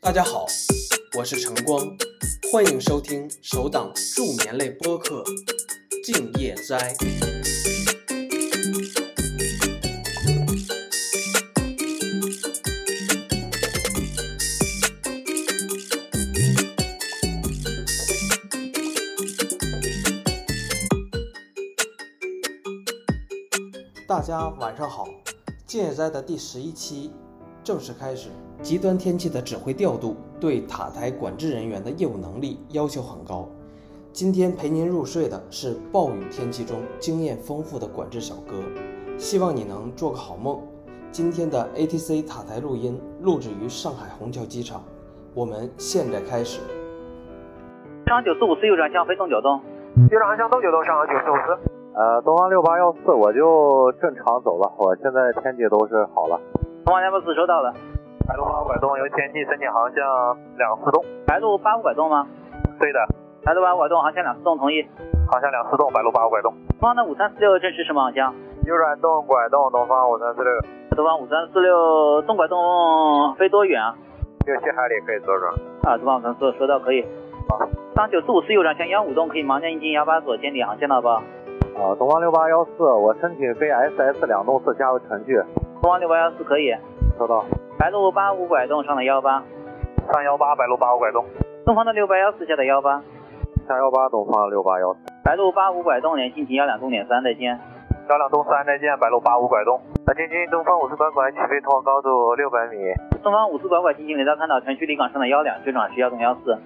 大家好，我是晨光，欢迎收听首档助眠类播客《静夜斋》。大家晚上好，《静夜斋》的第十一期正式开始。极端天气的指挥调度对塔台管制人员的业务能力要求很高。今天陪您入睡的是暴雨天气中经验丰富的管制小哥，希望你能做个好梦。今天的 ATC 塔台录音录制于上海虹桥机场，我们现在开始。上航九四五四右转向飞送九栋，机场航向东九栋，上航九四五四。呃，东方六八幺四，我就正常走了。我现在天气都是好了。东方幺八四收到了，海路八五拐东，由天气申请航向两四栋。白路八五拐洞吗？对的，白路八五拐洞航向两四栋同意。航向两四栋，白路八五拐东。东方的五三四六正式什么航向？右转洞拐洞，东方五三四六，东方五三四六东拐洞飞多远啊？六七海里可以左转。啊，东方五三四收到可以。好，上九四五四右转向幺五栋可以盲降一进幺八左监底航线了吧？啊、东方六八幺四，我申请飞 SS 两栋四加入程序。东方六八幺四可以。收到。白路八五拐洞上的幺八，上幺八，白路八五拐东。东方的六八幺四下的幺八，三幺八，东方六八幺四。白路八五拐洞连进行幺两栋点三再见。幺两东三，再见，白路八五拐呃东。南京经东方五四拐拐起飞通过高度六百米。东方五四拐拐进行雷达看到城区离港上的幺两，追转是幺栋幺四。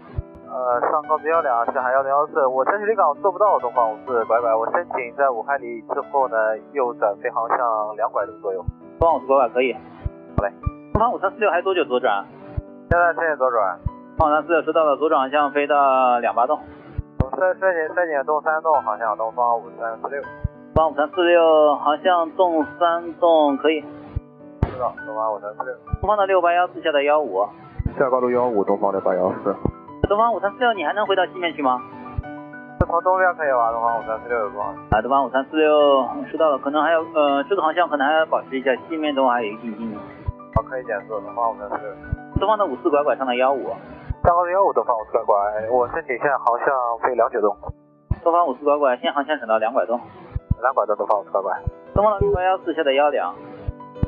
呃，上高速幺两，上海幺零幺四。我申请离港我做不到东方五四拐拐，我申请在五海里之后呢，右转飞航向两拐路左右。东方五四拐拐可以。好嘞。东方五三四六还多久左转？现在申请左转。东方五三四六收到了，左转向飞到两八栋。我申申请申请东三栋，航向东方五三四六。东方五三四六航向洞三栋可以。知道，东方五三四六。东方的六八幺四下的幺五。下高度幺五，东方六八幺四。东方五三四六，你还能回到西面去吗？从东边可以吧？东方五三四六有光。啊，东方五三四六收到了，可能还要呃这个航向可能还要保持一下，西面等会还有一个进近。好，可以减速，东方五三四六。东方的五四拐拐上的幺五。下高度幺五东方五四拐拐，我申请现在航向飞两九栋，东方五四拐拐，先航向省道两拐洞。南拐到东方五四拐拐。东方的六八幺四下的幺两。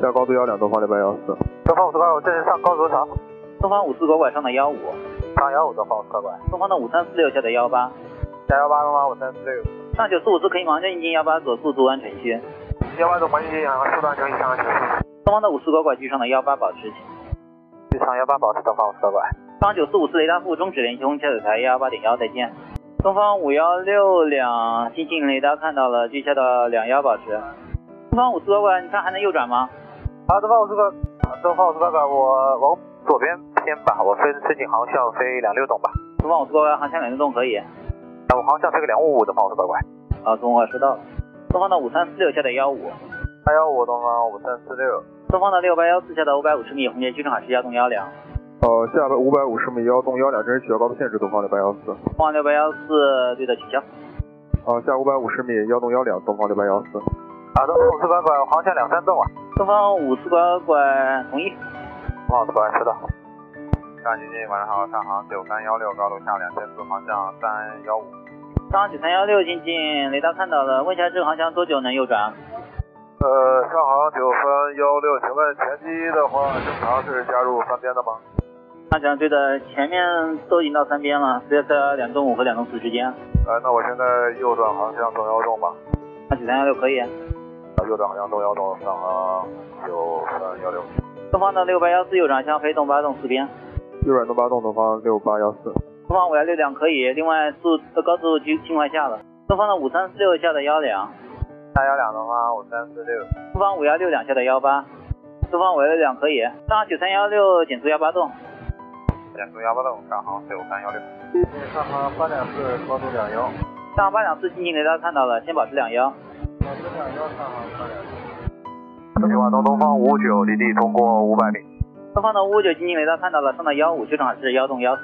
下高度幺两，东方六八幺四。东方五四拐拐，我这是上高速长，东方五四拐拐上的幺五。上幺五东方五四拐拐，东方的五三四六下的幺八。加幺八东方五三四六，上九四五四可以盲降引进幺八左速足安全区。幺八东环境航速段乘以上九四，东方的五四拐拐距上的幺八保持。机场幺八保持东方五四拐拐，东方九四五四雷达负终止联通下水台幺八点幺再见。东方五幺六两新进雷达看到了，距下的两幺保持。东方五四拐拐，你看还能右转吗？啊东方五四拐，东方五四拐拐，我往左边偏吧，我飞申请航向飞两六栋吧，东方五四拐拐航向两六栋可以。我航向飞个两五五东方五四拐拐，啊，东方收到了。东方的五三四六下的幺五。三幺五东方五三四六，东方的六八幺四下的五百五十米，红旗机场是幺栋幺两。呃，下边五百五十米幺栋幺两，这是取消高度限制，东方六八幺四。东方六八幺四对的取消。啊，下五百五十米幺栋幺两，东方六八幺四。啊东方五四拐拐，我航向两三栋啊，东方五四拐拐同意。东方五四拐拐，知道。上经济晚上好，上航九三幺六，高度下两千四，航向三幺五。上九三幺六进近，雷达看到了，问一下这个航向多久能右转？呃，上航九三幺六，请问前期的话，正常是加入三边的吗？那讲对的，前面都已经到三边了，直接在两栋五和两栋四之间。呃，那我现在右转航向东幺洞吧，上九三幺六可以。呃右转航向东幺洞，上航九三幺六。东方的六八幺四右转向飞动八栋四边。右转东八栋，东方六八幺四。东方五幺六两可以，另外速呃高速区尽快下了。东方的五三四六下的幺两，三幺两的话，五三四六。东方五幺六两下的幺八，东方五幺六两可以。上九三幺六减速幺八栋。减速幺八洞，上航九三幺六。上航八两四，高度两幺。上八两四进近雷达看到了，先保持两幺。保持两幺，上航八两四。请广东东方五九离地通过五百米，东方的五九进近雷达看到了，上到幺五，修正好是幺栋幺四。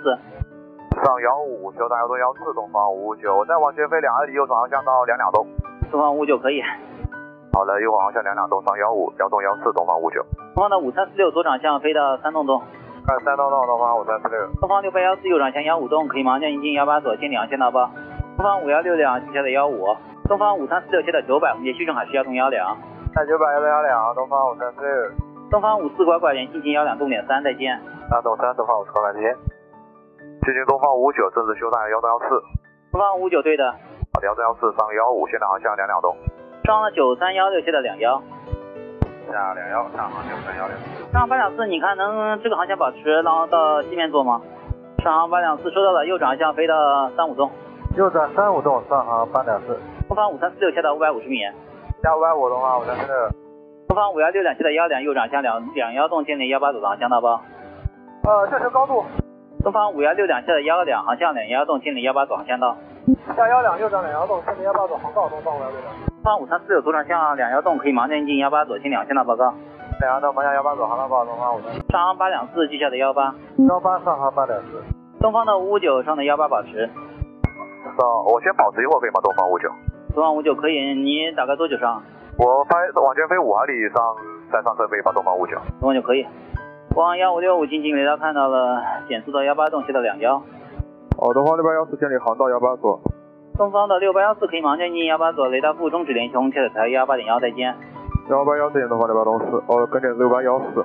上幺五，修大幺洞幺四，东方五九，再往前飞两海里，右转航向到两两洞。东方五九可以。好的，右航向两两东上幺五，幺洞幺四，东方五九。东方的五三四六左转向飞到三栋栋。二三到到东方五三四六，东方六八幺四右转向幺五栋，可以盲降阴进幺八左进两线道报。东方五幺六两接的幺五，哦东方五三四六接的九百，我们接续正海是幺栋幺两。那九百幺零幺两，东方五三四六，东方五四拐拐联系进幺两重点三，再见。那董三东方五车南街，进行东方五九正式修缮幺三幺四，东方五九对的，幺三幺四上幺五，现在航向两两东，上了九三幺六接的两幺。下两幺上航九三幺零，上八两四，你看能这个航线保持，然后到西面做吗？上航八两四收到了，右转向飞到三五栋，右转三五栋上航八两四，东方五三四六切到五百五十米，下五百五东方五三四六，东方五幺六两切到幺两，右转向两两幺栋建立幺八左航向到包。呃，下车高度东方五幺六两切到幺两，航向两幺栋建立幺八左航向道。下幺两右转两幺栋，现在幺八左航道东方五幺六两，东方五三四六左转向啊两幺栋可以盲降进幺八左进两线道报告。两幺栋方向幺八左航道报东方五三，上航八两四记下的幺八，幺八上航八两四。东方的五五九上的幺八保持，上，我先保持一会儿可以吗？东方五九，东方五九可以，你大概多久上？我拍往前飞五海里上再上车可以吗？东方五九，东方九可以。往幺五六五进近雷达看到了，减速到幺八栋切到两幺。哦，东方六八幺四千里航道幺八左，东方的六八幺四可以盲降进幺八左，雷达负终止联通，切到台幺八点幺再见。幺八幺四东方六八东四，哦，跟着六八幺四，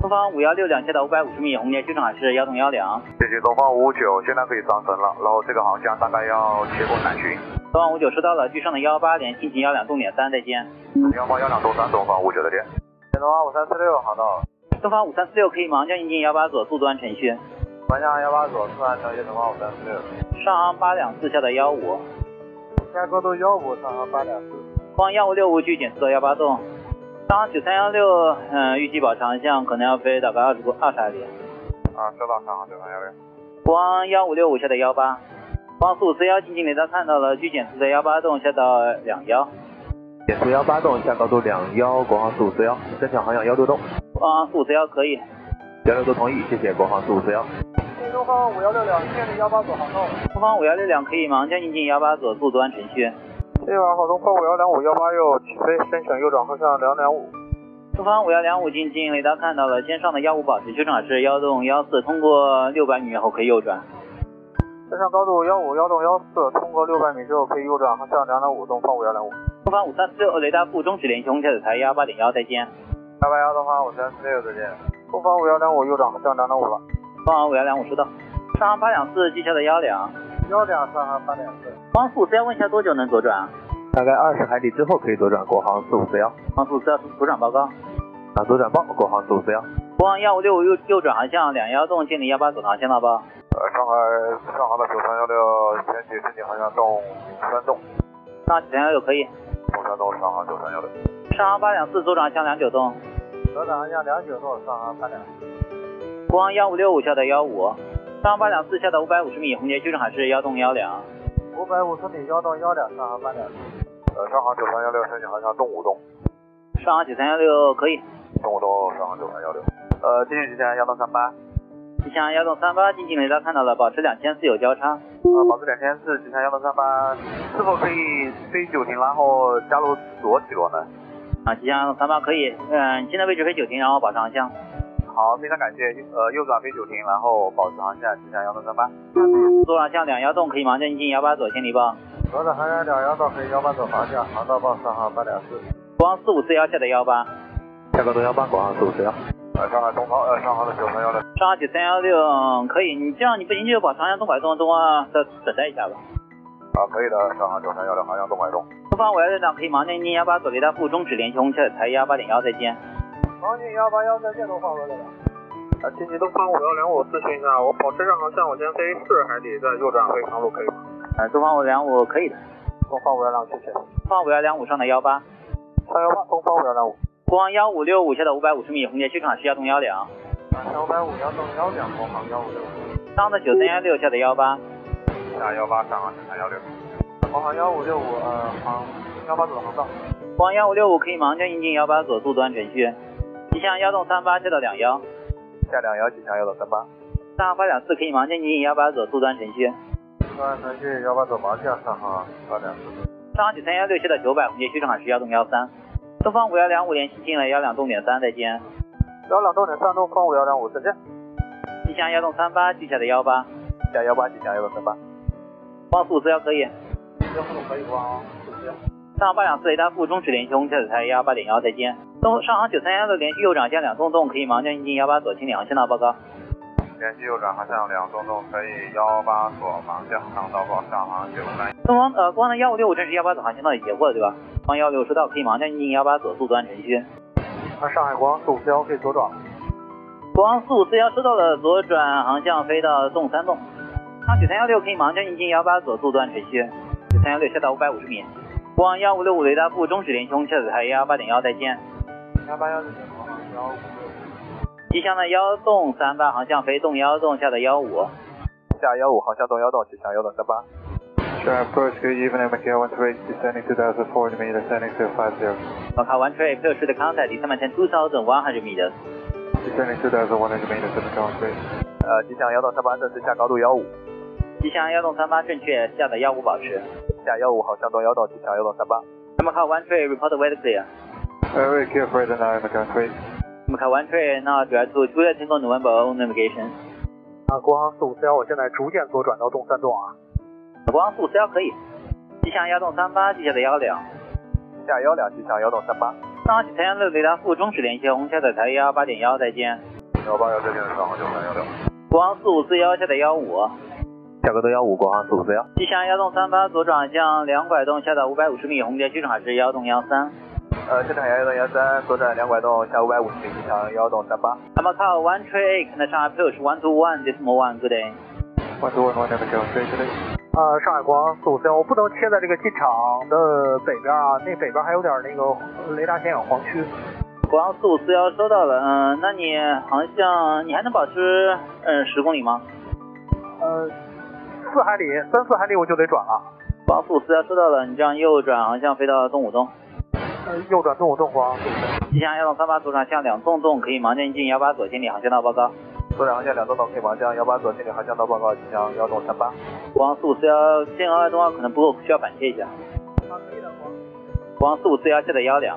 东方五幺六两切到五百五十米，红街区上海市幺栋幺两。谢谢东方五九，现在可以上升了，然后这个航向大概要切过南巡，东方五九收到了，距上的幺八联系进幺两重点三再见。幺八幺两东三东方五九的点，东方五三四六航道，东方五三四六可以盲降进幺八左，速端程序。方向幺八左四安调节东方五三四六，上航八两四下到幺五，现在高度幺五上航八两四，光幺五六五去减速到幺八栋。上航九三幺六，嗯，预计保持航向，可能要飞大概二十公二十海里。啊，收到上航九三幺六，光幺五六五下到幺八，光速四幺进近雷达看到了，距减速在幺八栋下到两幺，减速幺八栋，下高度两幺，国航四五四幺，申请航向幺六栋，光速四幺可以。幺六栋同意，谢谢国航四五四幺。东方五幺六两建立幺八左航道，东方五幺六两可以盲降进近幺八左，速端程序。六二号东方五幺两五幺八右起飞，申请右转航向两两五，东方五幺两五进近雷达看到了，先上的幺五保持，修正好是幺栋幺四，通过六百米后可以右转。升上高度幺五幺栋幺四，通过六百米之后可以右转航向两两五东方五幺两五。东方五三四六雷达负终止联系红桥子台幺八点幺，再见。八八幺东方五三四六，再见。东方五幺两五右转航向两两五了，东方五幺两五收到。上航八两四记下的幺两，幺两上航八两四。光速四幺问一下多久能左转？啊大概二十海里之后可以左转国航四五四幺，光速四幺左转报告。啊，左转报国航四五四幺，光幺五六五右右转航向两幺栋建立幺八左航向道报。呃，上海上航的九三幺六前起申请航向动山洞，上九三幺六可以。东山洞上航九三幺六。上航八两四左转向两九栋。左转航向两九栋上航八两。光幺五六五下到幺五，上航八两四下到五百五十米，红桥区上海市幺栋幺两。五百五十米幺栋幺两上航八两。呃，上航九三幺六申请航向动五洞，上航九三幺六可以。动五洞上航九三幺六。呃，继续之前幺栋三八。吉祥幺栋三八进近雷达看到了，保持两千四有交叉。呃，保持两千四，吉祥幺六三八，是否可以飞九停，然后加入左起落呢？啊，吉祥幺栋三八可以。嗯，现在位置飞九停，然后保持航向。好，非常感谢。呃，右转飞九停，然后保持航向，吉祥幺六三八。左转向两幺栋可以盲降进幺八左千里报。左转航向两幺到可以幺八左航向，航道报上航八两四。光四五四幺下的幺八，下高度幺八国航四五四幺，呃，上海东方，呃，上海的九三幺六。上海九三幺六嗯可以。你这样你不行就把长江东拐东东啊，再等待一下吧。啊，可以的，上海九三幺六，航向东拐东。东方五幺六档可以盲降进幺八左雷达负终止联系红桥台幺八点幺再见。航进幺八幺再见，东方五幺六。啊，近期东方五幺零，我咨询一下，我保持正航向往前飞四十海里，再右转回长路可以吗？呃，东方五两五可以的。东方五幺零，谢谢。东方五幺两五上的幺八，三幺八，东方五幺零五。光幺五六五下的五百五十米，红桥区场是幺栋幺两。幺百五幺栋幺两，东航幺五六。上的九三幺六下的幺八，下幺八上啊，下幺六。国航幺五六五，呃，航幺八左航道。光幺五六五可以盲降进幺八左速端程序。吉祥幺栋三八下到两幺，下两幺吉祥幺六三八。上八两四可以盲降进幺八左速端程序。上程序幺八左盲降上航八两四。上九三幺六切到九百，红街区上海市幺栋幺三，东方五幺两五联系进了幺两栋点三，再见。幺两东点三东方五幺两五，再见。吉祥幺洞三八，记下的幺八，加幺八吉祥幺六三八。光速四幺可以。幺四可以吧？是不是？上八两四雷达副终止联通，下子台幺八点幺，再见。东上航九三幺六连续右转加两洞洞，可以盲降进近幺八左，请两航向导报告。连续右转航向两中洞，可以幺八左盲降航道报上航九三。东方呃，东方的幺五六五正是幺八左航向导已截获了，对吧？东方幺六收到，可以盲降进近幺八左，速度按程序。那上海国航四五四幺可以左转。光速四幺收到了，左转航向飞到洞三洞。上九三幺六可以盲降进近幺八左，速度按程序。九三幺六下到五百五十米。光幺五六五雷达部终止联通，下子台幺八点幺，再见。幺八幺九零国航幺五六。吉祥的幺洞三八航向飞洞幺洞下的幺五。下幺五航向东幺洞，吉祥幺洞三八。Sure, approach good evening, Macau 13, descending 2040 meters, descending 250, Macau one trip, clear to the contact, descent maintain 2,100 meters. descending 2100 meters, Macau 13. 呃，吉祥幺洞三八，正式下高度幺五，吉祥幺洞三八正确，下的幺五保持。下幺五航向东幺洞，吉祥幺洞三八。 Macau one trip, report the weather clear. Very careful now, Macau 13. Macau one trip, now direct to Julia Tango November on navigation. 啊，国航四五四幺，我现在逐渐左转到东三洞啊。光速四幺可以。吉祥幺洞三八，记下的幺两。下幺两，吉祥幺洞三八。上海台六雷达副终止联系，红下的台幺八点幺，再见。幺八幺这边是航九三幺六。光速四幺下的幺五。下高度幺五，国航四五四幺。吉祥幺洞三八，左转向两拐洞，下到五百五十米，红桥机场海是幺洞幺三。呃，现在海幺洞幺三，左转两拐洞，下五百五十米，吉祥幺洞三八。 Macau one trip, can I approach one to one, this more one, good day. 万度万万两个九飞啊，上海国航四五三，我不能切在这个机场的北边啊，那北边还有点那个雷达显影黄区。国航四五四幺收到了，嗯，那你航向你还能保持嗯十公里吗？呃，四海里，三四海里我就得转了。国航四五四幺收到了，你这样右转航向飞到东五洞，呃，右转东五洞国航四五三。吉祥幺洞三八左转向两洞洞，可以盲进近幺八左，请领航向道报告。左转航啊向两洞洞，可以盲降幺八左，这里航向道报告，吉祥幺洞三八。国航四五四幺信号东号可能不够，需要反切一下。啊，可以的，国航。国航四五四幺下的幺两，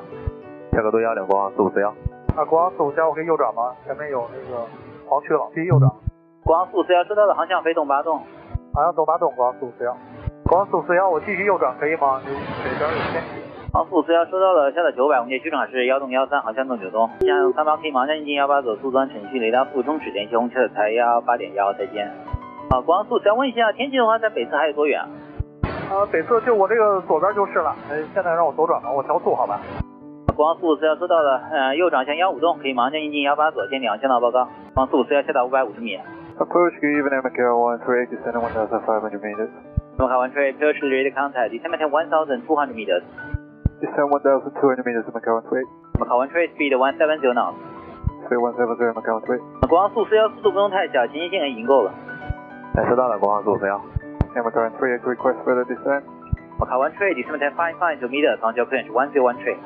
下高度幺零，国航四五四幺。啊，国航四五三，我可以右转吗？前面有那个黄区了，必须右转。国航四五四幺收到了，航向飞洞八洞。好像走八洞，国航四五四幺。国航四五四幺，我继续右转可以吗？就北边有天气。航四五四幺收到了，下的九百，我们的机场是幺洞幺三，航向洞九洞。吉祥幺洞三八可以盲降近幺八左，速端程序雷达负终止联系红旗的台幺八点幺，再见。啊，国航四五四幺问一下天气的话，在北侧还有多远啊？啊，北侧就我这个左边就是了。呃，现在让我左转吧，我调速好吧？国航四五四幺收到了，呃，右转向幺五洞，可以盲降进近幺八左，见两向导报告。国航四五四幺下到五百五十米。 Approach good evening, Macau one three, descending 1500 meters, 那么海湾 trip approach read contact descent one thousand two hundred meters。 descend 1200 meters, Macau three, 那么海湾 trip speed one seven zero knots。 three one seven zero, Macau three。国航四五四幺速度不用太小，前行性已经够了。哎，收到了，国航四五四幺。Macau three, request further descent, 那么海湾 trip descent five five zero meters，长桥 clearance one zero one trip。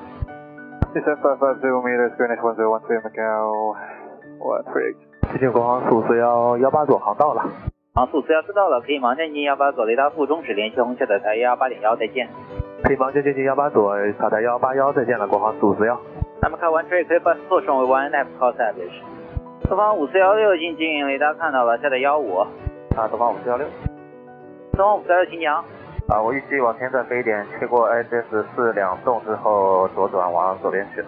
descend 550 meters, Greenwich 1013, Macau one three。接近国航四五四幺幺八左航道了。航速四幺收到了，可以盲降进幺八左，雷达负终止联系红旗的台幺八点幺，再见。可以盲接近幺八左，塔台幺八幺，再见了，国航四五四幺。那么开 one trip clear bus four 顺位 one left cross average。东方五四幺六进近雷达看到了，下的幺五。啊，东方五四幺六。东方五四幺六请讲。啊，我预计往前再飞一点，切过 ISS 四两栋之后左转往左边去。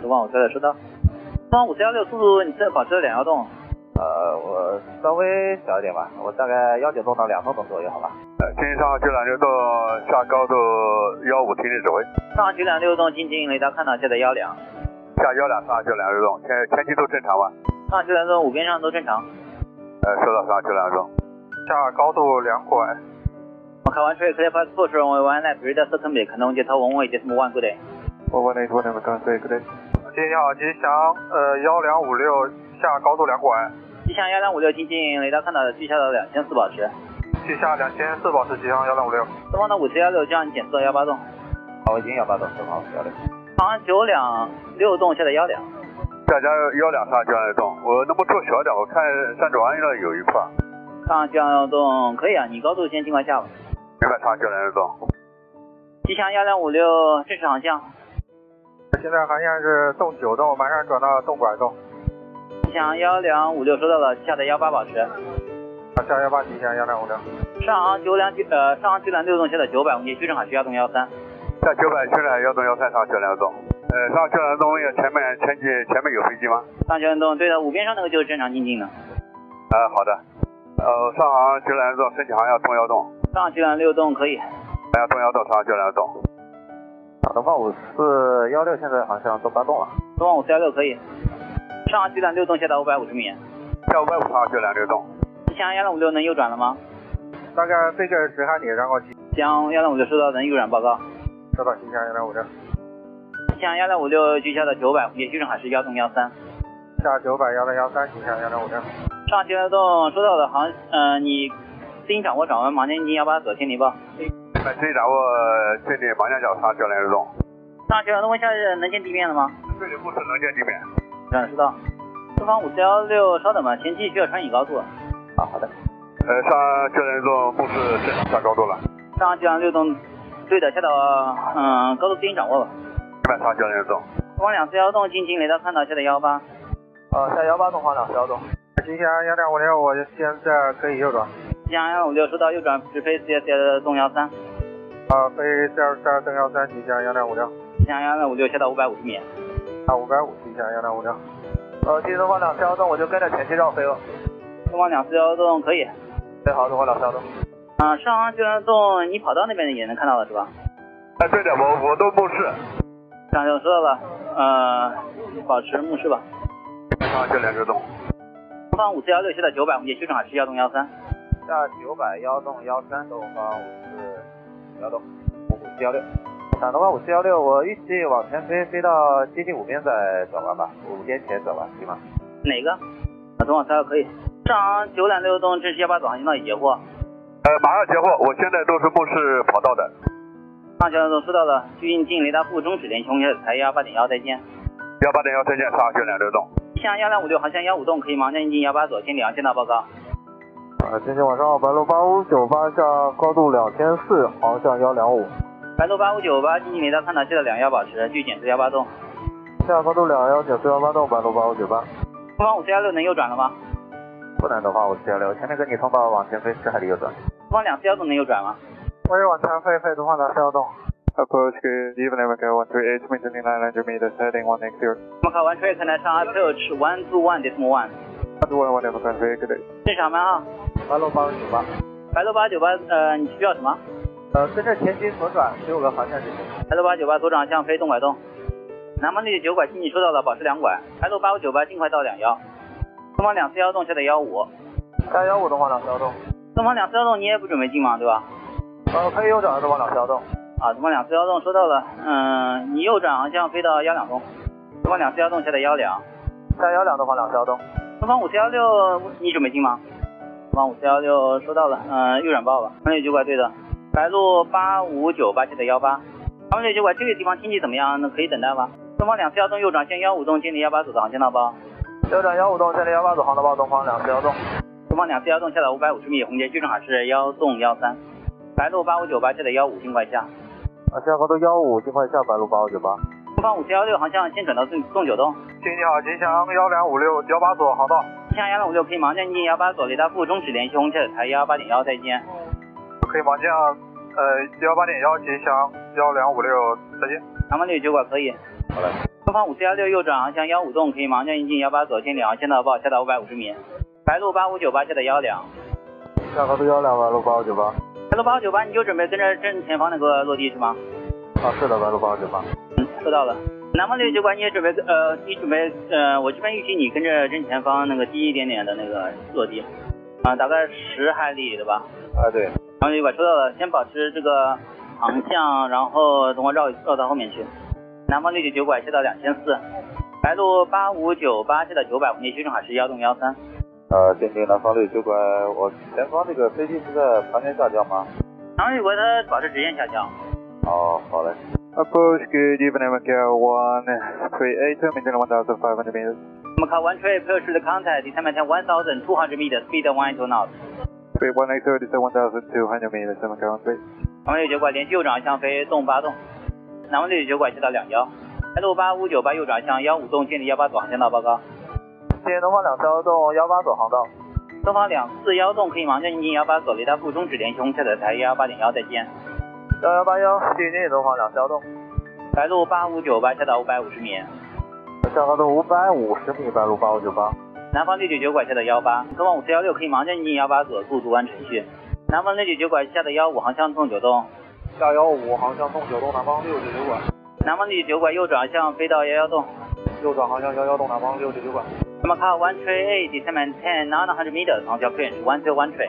东方五四幺六收到。东方五四幺六速度你再保持两幺洞。呃，我稍微小一点吧，我大概幺九栋到两栋左右，好吧？天上去两六洞，下高度幺五，听令指挥。上海九两六洞进近雷达看到，下的幺两。下幺两上去两六洞，天天气都正常吧？上海九两洞五边上都正常。呃，收到上去两洞。下高度两拐。我开 one trip clear bus four 顺位 one left radar circumit 可能接头文位接什么 one good day。 One one eight one Macau three, good day. 你好，吉祥，呃，幺两五六下高度两拐，吉祥幺两五六进近雷达看到的，距下到两千四保持。去下两千四保持吉祥幺两五六。东方的五四幺六将你减速到幺八洞。好，我已经幺八栋，正好幺六。长安九两六洞下的幺两，大家幺两上去两六洞，我能不能坐小点？我看三转弯那有一块，上安九两六洞可以啊，你高度先尽快下吧。没法上去两六洞。吉祥幺两五六正式航向，现在航线是洞九栋，马上转到洞拐洞。吉向幺两五六收到了，下的幺八保持。下幺八吉祥幺两五六，上航九两九呃上航九两六栋下的九百，我们区正海区幺栋幺三。下九百去了幺栋幺三上九两栋，呃，上九两栋那个前面前几前面有飞机吗？上九两栋对的，五边上那个就是正常进近的。呃，好的，呃，上航九两栋，申请航要东幺栋，上九两六栋可以。要东幺栋，上九两栋。东方啊五四幺六现在好像都发动了。东方五四幺六可以。上航九两六栋下到五百五十米。下五百五上九两六栋，吉祥幺两五六能右转了吗？大概飞机十海里，然后吉祥幺两五六收到，能右转报告。收到新疆幺零五六，吉祥幺两五六居下的九百，也区正海区幺栋幺三。下九百幺零幺三新疆幺零五六，上九两栋收到的航，嗯、呃，你自行掌握转弯盲前进幺八左，听你报。本机掌握确定方向角上九两六栋，上九两栋下是能见地面了吗？对的，不是能见地面。嗯，收到。东方五四幺六，稍等吧，前期需要穿越高速。啊好的，呃，上九两六栋不是正常上高度了，上九两六栋，对的，下到嗯高度自行掌握吧。这边上九两六栋，东方两四幺栋进近雷达看到下的幺八，呃下幺八东方两幺栋，新疆幺零五六，我现在可以右转，吉祥幺五六收到右转直飞 C S 的栋幺三，啊飞四二四二登幺三新疆幺零五六，吉祥幺五六下到五百五十米，啊五百五新疆幺零五六，呃进东方两幺栋，我就跟着前期绕飞了，东方两四幺栋可以。对好东方两幺栋，啊、上航九两栋你跑道那边也能看到了是吧？哎，对的，我我都不是，上九收到了，呃，保持目视吧。上九两六栋，东方五四幺六下到九百，我们也区正好是幺栋幺三。下九百幺栋幺三东方五四幺栋五四幺六，想东方五四幺六，我预计往前飞飞到接近五边再转弯吧，五边前转弯行吗？哪个？啊，东方三幺可以。上航九两六栋这是幺八导航信道已截获，呃，马上截获，我现在都是目视跑道的，上航九两栋收到了，距近近雷达负终止联通下台幺八点幺再见。幺八点幺推荐上九两六栋，吉祥幺零五六航向幺五栋可以盲降进近幺八左，先两线道报告。啊，今天晚上白鹭八五九八下高度两千四，航向幺两五，白鹭八五九八进近雷达看到下到两幺保持，距减至幺八栋。下高度两幺九四幺八栋，白鹭八五九八。东方五四幺六能右转了吗？不能的话，我四幺六，前面跟你通报往前飞十海里右转。东方两四幺栋能右转吗？我也往前飞，飞东方南四幺栋。 Approach good evening, Echo 138, maintaining 900 meters, heading 180. 我们看 one track 呢，上 approach one two one decimal one， One one one Echo 138, good day. 正常吗？哈，白鹭八五九八，白鹭八九八，呃，你需要什么？呃，跟着前期左转十五个航向就行。白鹭八九八左转向飞东拐洞，南方绿九拐经济收到了，保持两拐。白鹭八五九八尽快到两幺，东方两四幺洞下的幺五，下幺五东方两四幺栋，东方两四幺洞你也不准备进吗？对吧？呃，可以右转的东方两四幺栋。啊，东方两四幺洞收到了，嗯、你右转航向飞到幺两洞，东方两四幺洞下的幺两，下幺两东方两四幺栋，东方五四幺六你准备进吗？东方五四幺六收到了，嗯、右转报吧，三六九拐对的，白鹭八五九八下的幺八，三六九拐这个地方天气怎么样？那可以等待吗？东方两四幺洞右转向幺五洞建立幺八左的航线道报，右转幺五栋，这里幺八左航的报东方两四幺栋，东方两四幺洞下的五百五十米，红杰区正好是幺洞幺三，白鹭八五九八下的幺五尽快下。啊，下高度幺五，尽快下白鹭八五九八。东方五四幺六航向先转到纵纵九洞，请你好，吉祥幺两五六幺八左航道，吉祥幺零五六可以盲降进幺八左，雷达负终止联系红旗台幺八点幺再见。可以盲降呃幺八点幺吉祥幺两五六，再见。南方六九拐可以。好嘞。东方五四幺六右转航向幺五洞可以盲降进幺八左，先两线道报下到五百五十米。白鹭八五九八下到幺两，下高度幺两，白鹭八五九八。白鹭八五九八你就准备跟着正前方那个落地是吗？啊，是的，白鹭八五九八。嗯，收到了。南方六九拐你也准备呃，你准备呃，我这边预期你跟着正前方那个低一点点的那个落地，啊、大概十海里对吧？哎啊，对。然后就把收到了，先保持这个航向，然后等我绕绕到后面去。南方六九九拐切到两千四，白鹭八五九八切到九百，我们区正好是幺洞幺三。呃，鉴定南方六九拐，我前方这个飞机是在盘旋下降吗？南方六九拐它保持直线下降，哦，好嘞。 Approach good evening, Echo 138, maintaining 1500 meters. 我们看 one trip approach the contact determine one thousand two hundred meters speed one two knots。 Speed 1830 to 1200 meters, Echo 138. 南方六九拐连续右转向飞洞八洞，南方六九拐切到两幺，白鹭八五九八右转向幺五洞建立幺八左航线道报告。接东方两次幺洞幺八左航道。东方两四幺洞可以盲降进近幺八左雷达部终止连凶，下载台幺八零幺，再见。幺幺八幺，地内东方两次幺洞，白鹭八五九八下到五百五十米，下高度五百五十米，白鹭八五九八。南方六九九拐下到幺八，东方五四幺六可以盲降进近幺八左速度完程序。南方六九九拐下到幺五航向纵九洞，下幺五航向东九洞，南方六九九拐，南方六九九拐右转向飞到幺幺洞。右转航向幺幺洞，南方六九九拐。 Yamaha one three eight descent ten nine hundred meters 航向 clearance one two one three。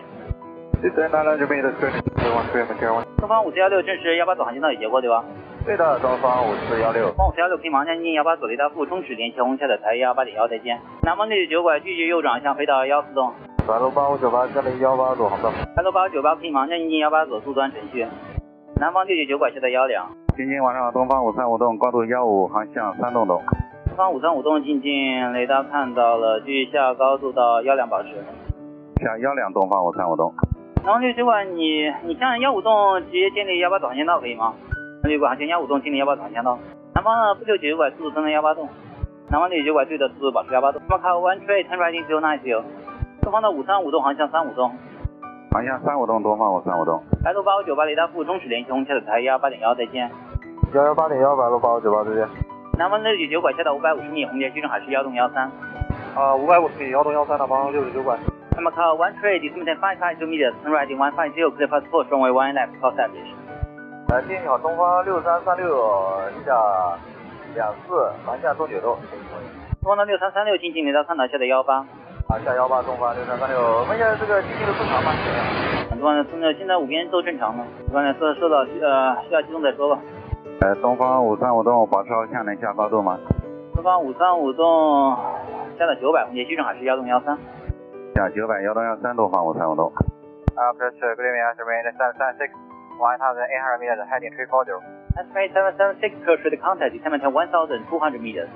Descend 900 meters, clearance 123 Macau 1. 东方五四幺六正是幺八左航行道有结果对吧？对的，东方五四幺六东。方五四幺六可以盲降进幺八左雷达负终止连前红下的台幺八点幺再见。南方六九九拐继续右转向飞到幺四洞。白鹭八五九八，三零幺八左航道。白鹭八九八可以盲降进幺八左速端程序。南方六九九拐下的幺两。今天晚上东方535栋，高度15，航向三栋栋。东方五三五洞进近雷达看到了，继续下高速到幺两保持。向幺两东方535栋。然后六九拐你你向幺五洞直接建立幺八左航线道可以吗？六九拐向幺五洞建立幺八左航线道。南方六九九拐速度增到幺八洞，南方六九九拐对的速度保持幺八洞。马卡 one three ten riding zero nine zero。东方的五三五洞航向三五洞。航向35栋，东方535栋。白鹭八五九八雷达负终止联系红下的台幺八点幺再见。幺幺八点幺，白鹭八五九八，再见。南方六九九拐下到五百五十米，红点居正海是幺洞幺三。啊，五百五十米，幺洞幺三，南方六九九拐。那么靠 one three descent five five two meters turn right in one five zero clear path four runway one left call established。来，建议你好，东方六三三六下两次，南下东九洞，东方的六三三六进近雷达看到下的幺八。啊，下幺八东方六三三六，问一下这个机器的正常吗？怎么样？很多呢，现在现在五边都正常吗？刚才说说到呃需要机动再说吧。呃，东方535栋，保持航向能下高度吗？东方五三五洞下到九百，红点居正海是幺洞幺三。向900、1013东方535栋。 Uh, Pressure, good evening, Ashman. 776, 1,800 meters, heading 340. Estimate seven seven six clear through the contact descent one thousand two hundred meters。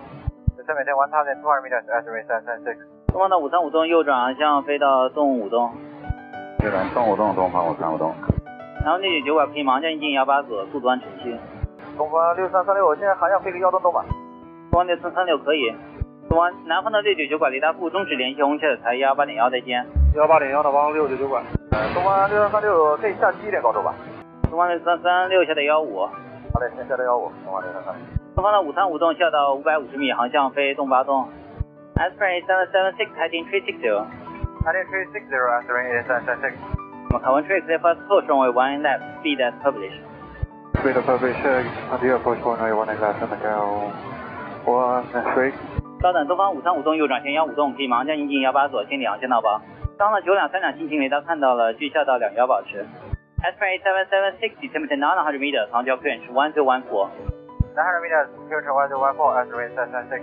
Descent maintain 1,200 meters, Ashman 776. 东方的五三五洞右转向飞到洞五洞。日本东5栋，东方535栋。然后六九九拐可以盲降进近幺八左，速度安全区。东方6336，我现在航向飞离幺洞洞吧。东方六三三六可以。东方南方的六九九拐雷达负终止联系红线的台幺八点幺再见。 18.1的方699拐。呃，东方6336可以下低一点高度吧？东方六三三六下到幺五。好嘞，先下到15，东方6336。东方的五三五洞下到五百五十米，航向飞洞八洞。S p r a y seven seven six heading three six zero。 Heading 360, Ashman 776. 我们 Carbon Tree clear first approach runway one left speed as published。 Speed of operation, continue approach runway 1 and left Macau 1 3. 稍等，东方五三五洞右转向幺五洞，可以盲降进近幺八左，千里航线道保。当了九两三两进近雷达看到了，距下到两幺保持。S p r a y seven seven six descent nine hundred meters 航向 clearance one two one four。 900 meters, clear to 1214, Ashman 776.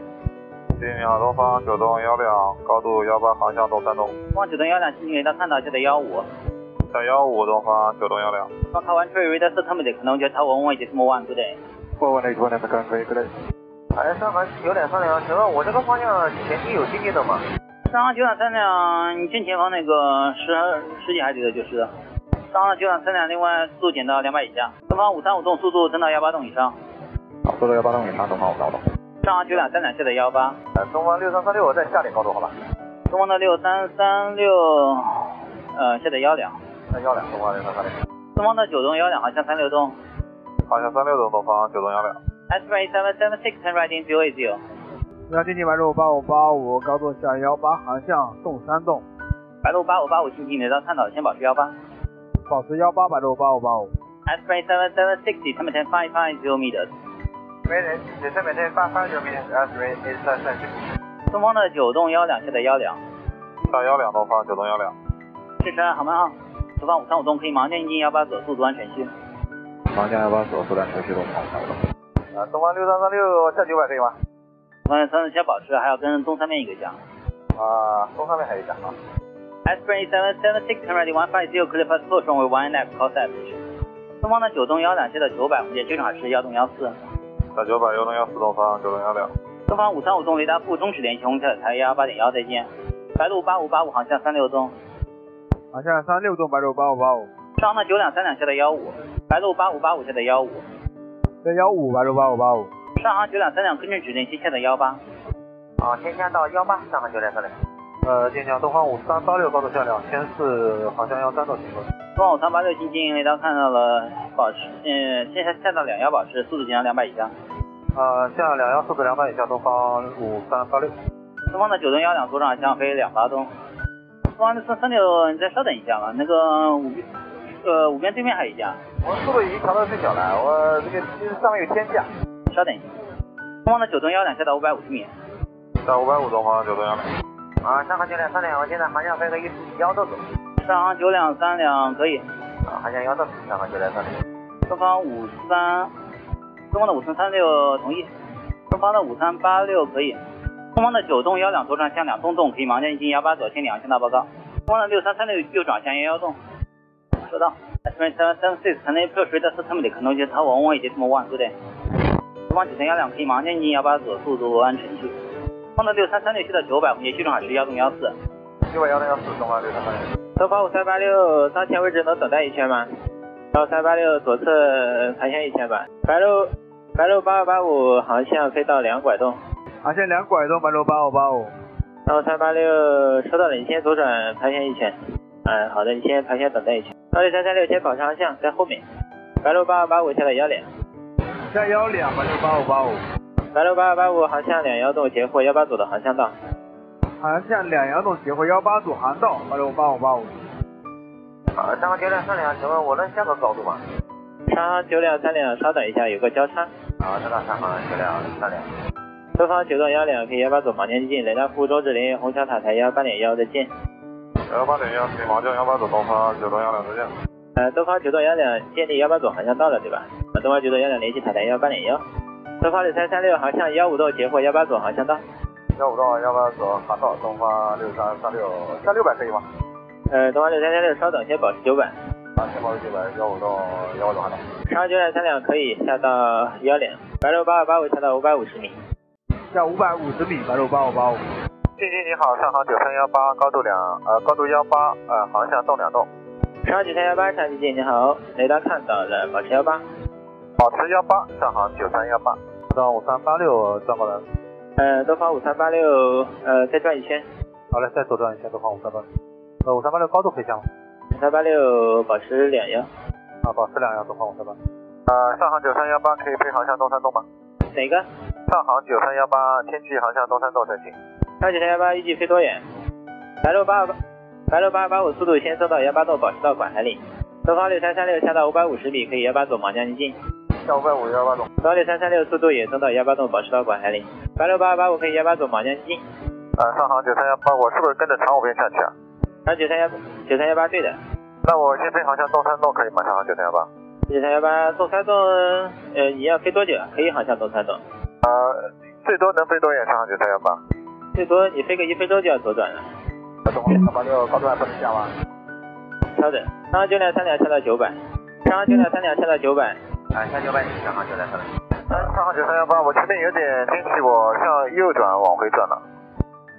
今天好，东方9栋1两，高度18，航向东3栋。望九洞幺两进近雷达看到，下到幺五。向15东方9栋1两。 One car one three radar system is connected to one way decimal one good day。 4181 and Macau 3, good day. 哎，上航九点三零，请问我这个方向前进有经济的吗？上航九两三两，你正前方那个十十几海里的就是。上航九两三两，另外速度减到两百以下。东方五三五洞速度增到幺八洞以上。啊好，速度1 8栋以上，东方5 3栋。上航九两三两下的幺八。呃，东方六三三六，再下点高度好吧？东方的六三三六，呃，下的幺两。那幺两，东方六三三六，东方的九洞幺两航向三六洞。航向36栋，东方9栋1两。 S ray seven seven six ten riding zero eight zero。那经济白鹭八五八五，高度下幺八，航向动三洞，白鹭八五八五进近雷达探讨，先保持幺八。保持幺八白鹭八五八五。 S ray seven seven six descent ten five five zero meters。每人只剩每天八三九 meters, Ashman 776. 东方的九洞幺两下的幺两。向1两，东方9栋1两。试车航班号，东方五三五洞可以盲降进幺八左，速度安全区。航向18左，速段程序东方5 3栋。呃，东方六三三六下九百可以吗？东方三四先保持，还要跟东三面一个降。啊，东三面还有一家啊。 S b r a seven seven six ten ready one five zero clear pass four runway one left call set。东方的九洞幺两接到九百，我们也正好是幺洞幺四。向900，1 0 1 4东方9栋1两。东方五三五洞雷达负终止联系红色台幺八点幺再见。白鹭八五八五航向三六洞，航向啊三六栋白鹭八五八五，上航的九两三两下的幺五，白鹭八五八五下的幺五，在幺五白鹭八五八五。上航九两三两跟正指令线下的幺八。啊，天天到幺八上海九点三零。呃，舰长东方五三八六高度向两千四航向幺三度行驶。东方五三八六新进雷达看到了保持，嗯、现在下到两幺保持速度减到两百以下。呃，向两幺四四两百以下东方五三八六。东方的九吨幺两组长向飞两八东。东方的三三六，你再稍等一下吧，那个五边，呃五边对面还有一家，我速度已经调到最小了，我这个这上面有天价。稍等一下。东方的九吨幺两下到五百五十米。在五百五东方九度幺零。啊，上海九点三零，我现在航向飞个一幺六左右。上航九两三两可以，啊，航向幺六，上海九点三零。东方五三，东方的五三三六同意，东方的五三八六可以，东方的九栋幺两左转向两栋栋可以盲线进幺八左前两向道报告，东方的六三三六右转向幺幺栋，收到。Seven six 成雷 approach the system 的可能就是他往往一些什么 one 对不对？东方九三幺两可以盲线进幺八左速度按程序，东方的六三三六去到九百，也系统海是幺栋幺四。六百幺零幺四东方六三三零。东方五三八六当前位置能等待一圈吗？幺三八六左侧呃航线一圈吧。白鹭白鹭八二八五航向飞到两拐洞。航线啊两拐东白鹭八五八五，幺三八六收到了，你先左转盘旋一圈。嗯，好的，你先盘旋等待一圈。幺六三三六先保持航向，在后面。白鹭八二八五下到幺两。下幺两白鹭八五八五，白鹭八二八五航向两幺洞截获幺八左的航向道。航向啊两阳洞结合幺八组航道白鹭八五八五，啊，上海九点三零，请问我能下个高度吗？长航九两三两，稍等一下，有个交叉。啊，知道上海九点三零。东方九洞幺两可以幺八左盲前进，雷达服务终止连接虹桥塔台幺八点幺，再见。幺八点幺，马将幺八九东方九度幺两再见。呃，东方九栋幺两建立幺八总航向到了，对吧？呃，东方九栋幺两联系塔台幺八点幺，东方六三三六航向幺五栋截获幺八总航向到，幺五到幺八左航道东方六三三六下六百可以吗？呃，东方六三三六稍等，先保持九百，啊，先报六百幺五到幺八左航道。长航九两三两可以下到幺两，白六八二八五下到五百五十米，下五百五十米白鹭八五八五，静静你好，上航九三幺八高度两呃高度幺八呃航向动两栋，长航九三幺八上机进，你好，雷达看到了，保持幺八，保持幺八上航九三幺八。到五三八六转过来，呃，东方五三八六，呃，再转一圈，好嘞，再左转一下东方五三八六，呃五三八六高度可以下吗？五三八六保持两幺，啊，保持两幺东方五三八。呃，上航九三幺八可以飞航向东山洞吗？哪个？上航九三幺八天气航向东山洞才行。长九三幺八预计飞多远？白六八二八，白六八二八五速度先收到幺八栋，保持到管海里。东方六三三六下到五百五十米，可以幺八左盲将进。下五百五幺八东，东方六三三六速度也增到幺八栋，保持到管海里。白六八二八五可以幺八左盲将进。呃，上航九三幺八，我是不是跟着常务边下去啊？长九三幺九三幺八对的，那我先飞航向东山洞可以吗？上航九三幺八。九三幺八东三栋，呃，你要飞多久？可以航向东三栋，呃，最多能飞多远？上航九三幺八。最多你飞个一分钟就要左转了。东方三八六高度还不能下吗？稍等，长航九两三两下到九百，长航九两三两下到九百，啊，下九百，上海九点三零。上航九三幺八，我前面有点天气，我向右转往回转了。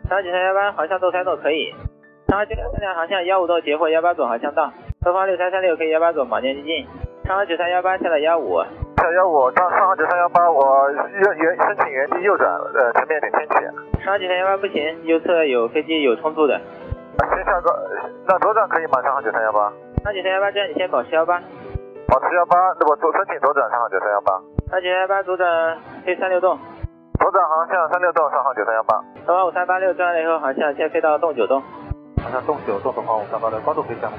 长航九三幺八航向东三栋可以，长航九两三两航向幺五栋截获幺八左航向道，东方六三三六可以幺八左盲进进，长航九三幺八下到幺五，下幺五，上上航九三幺八，我原原申请原地右转，呃，前面有点天气。长航九三幺八不行，右侧有飞机有冲突的，先下个，呃那左转可以吗？上航九三幺八，长航九三幺八这样你先保持幺八，保持幺八，那我左申请左转上航九三幺八，长航九三幺八左转飞三六栋，左转航向三六栋上航九三幺八，东方五三八六转了以后航向先飞到洞九栋，航向洞九，洞东方五三八六，高度飞向。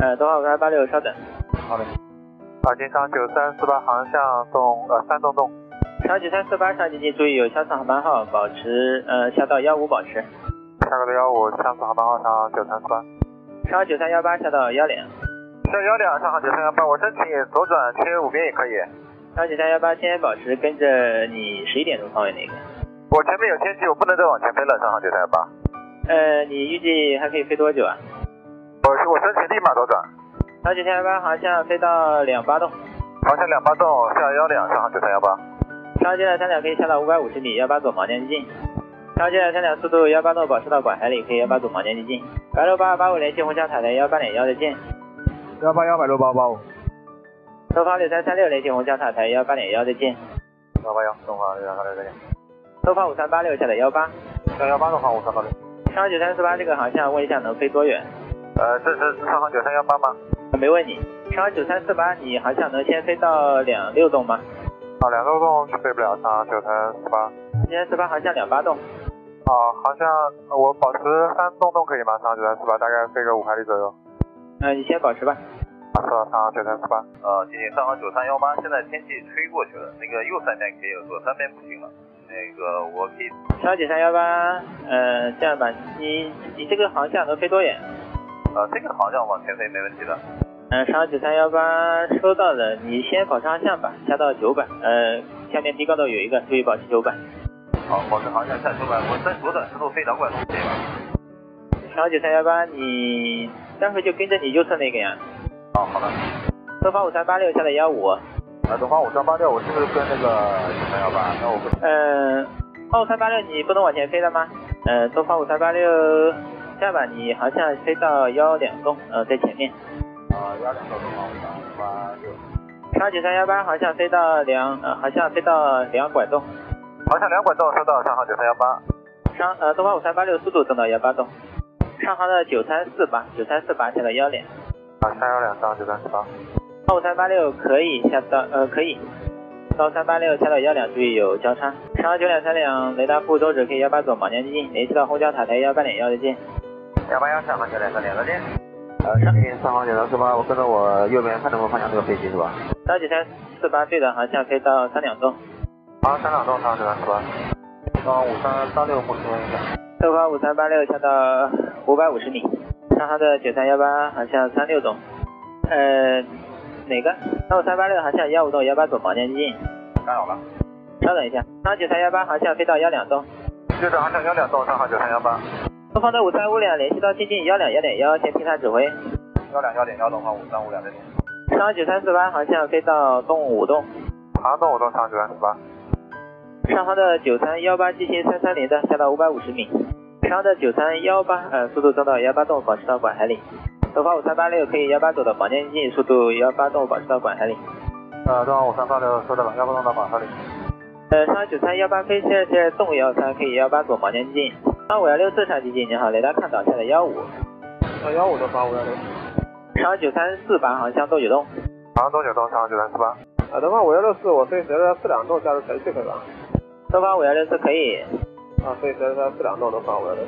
呃，东方五三八六稍等，好嘞。啊，经常九三四八航向东呃三洞洞，长九三四八上进进注意有消散航班号，保持呃下到幺五保持。下个幺五相次航班号上九三四八。上九三幺八下到幺零，下幺两上航九三幺八，我申请左转切五边也可以。上九三幺八先保持跟着你十一点钟方位那个。我前面有天气，我不能再往前飞了。上航九三幺八，呃，你预计还可以飞多久啊？我是我申请立马左转，上九三幺八航向飞到两八栋，航向两八洞下幺两上航九三幺八。上九三三两可以下到五百五十米，幺八左盲前进。上九三三两速度幺八栋保持到管海里，可以幺八左盲前进。白六八二八五联系虹桥塔台幺八点幺再见。幺八幺白鹭八五八五，东方六三三六联系虹桥塔台幺八点幺再见。幺八幺，东方六幺三六再见。东方五三八六下的幺八，向幺八东方五三八六。上海九三四八这个航向问一下能飞多远？呃，这是上航九三幺八吗？没问你。上海九三四八，你航向能先飞到两六栋吗？啊，两周洞飞不了上航九三四八。九三四八航向两八栋，啊，航向呃我保持三洞洞可以吗？上航九三四八大概飞个五海里左右。嗯、你先保持吧。啊，是啊，上航九三四八。呃，进行上航九三幺八，现在天气吹过去了，那个右三边可以了，左三边不行了。那个我可以上海九三幺八，呃，这样吧，你你这个航向能飞多远？呃，这个航向往前飞没问题的。嗯、上海九三幺八收到了，你先保持航向吧，下到九百，呃，下面低高度有一个，注意保持九百。好，保持航向下九百，我在左转之后飞两拐钟可以吧？上海九三幺八，你待会就跟着你右侧那个呀。啊好好的。东方五三八六下的幺五，呃，东方五三八六，我是不是跟那个九三幺八？那我不呃，东五三八六你不能往前飞了吗？呃，东方五三八六，这样吧，你航向飞到幺两栋，呃，在前面。呃幺两到东方五三八六。上海九三幺八航向飞到两，呃，航向飞到两拐洞。航向两管道收到，上航九三幺八。上呃东方五三八六速度增到幺八栋，上航的九三四八九三四八下到幺两，啊，三幺两上九三四八。东五三八六可以下到呃可以，到三八六下到幺两注意有交叉，上航九两三两雷达部终止 K 幺八左盲降接近，联系到虹桥塔台幺八点幺再见。幺八幺上航九两三两，再见。呃，上面上航九三四八，我跟着我右边看能不能方向这个飞机是吧？幺九三四八对的航向飞到三两栋，啊，三两洞上九三四八。啊，五三八六后停一下。东方五三八六下到五百五十米，上航的九三幺八航向三六栋，呃哪个？东五三八六航向幺五栋幺八左盲降接近。干扰了。稍等一下，上九三幺八航向飞到幺两栋，就是航向幺两到上航九三幺八，东方的五三五两联系到接近幺两幺点幺，先听他指挥。幺两幺点幺东方五三五两这里。上九三四八航向飞到东五栋，航洞我洞上九三四八。上航的九三幺八机型三三零的下到五百五十米，上航的九三幺八呃速度增到幺八栋，保持到管海里。东方五三八六可以幺八左的保电进速度幺八栋保持到管海里。呃，东方五三八六收到了，幺八东到马上里。呃，上九三幺八飞七二七二动幺三可以幺八左保电进，上五幺六自上机进，你好，雷达看到下的幺五，呃，幺五东方五幺六。上九三四八航向东九栋。航洞九洞上九三四八。呃，东方五幺六四，我飞折射四两栋加入程序可以吧？东方五幺六四可以，啊，飞折射四两栋东方五幺六。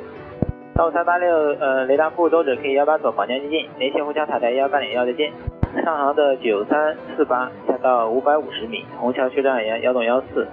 到五三八六，呃，雷达部终止 K 幺八左保江接近，联系虹桥塔台幺八点幺再见。上航的九三四八下到五百五十米，虹桥车站幺幺栋幺四，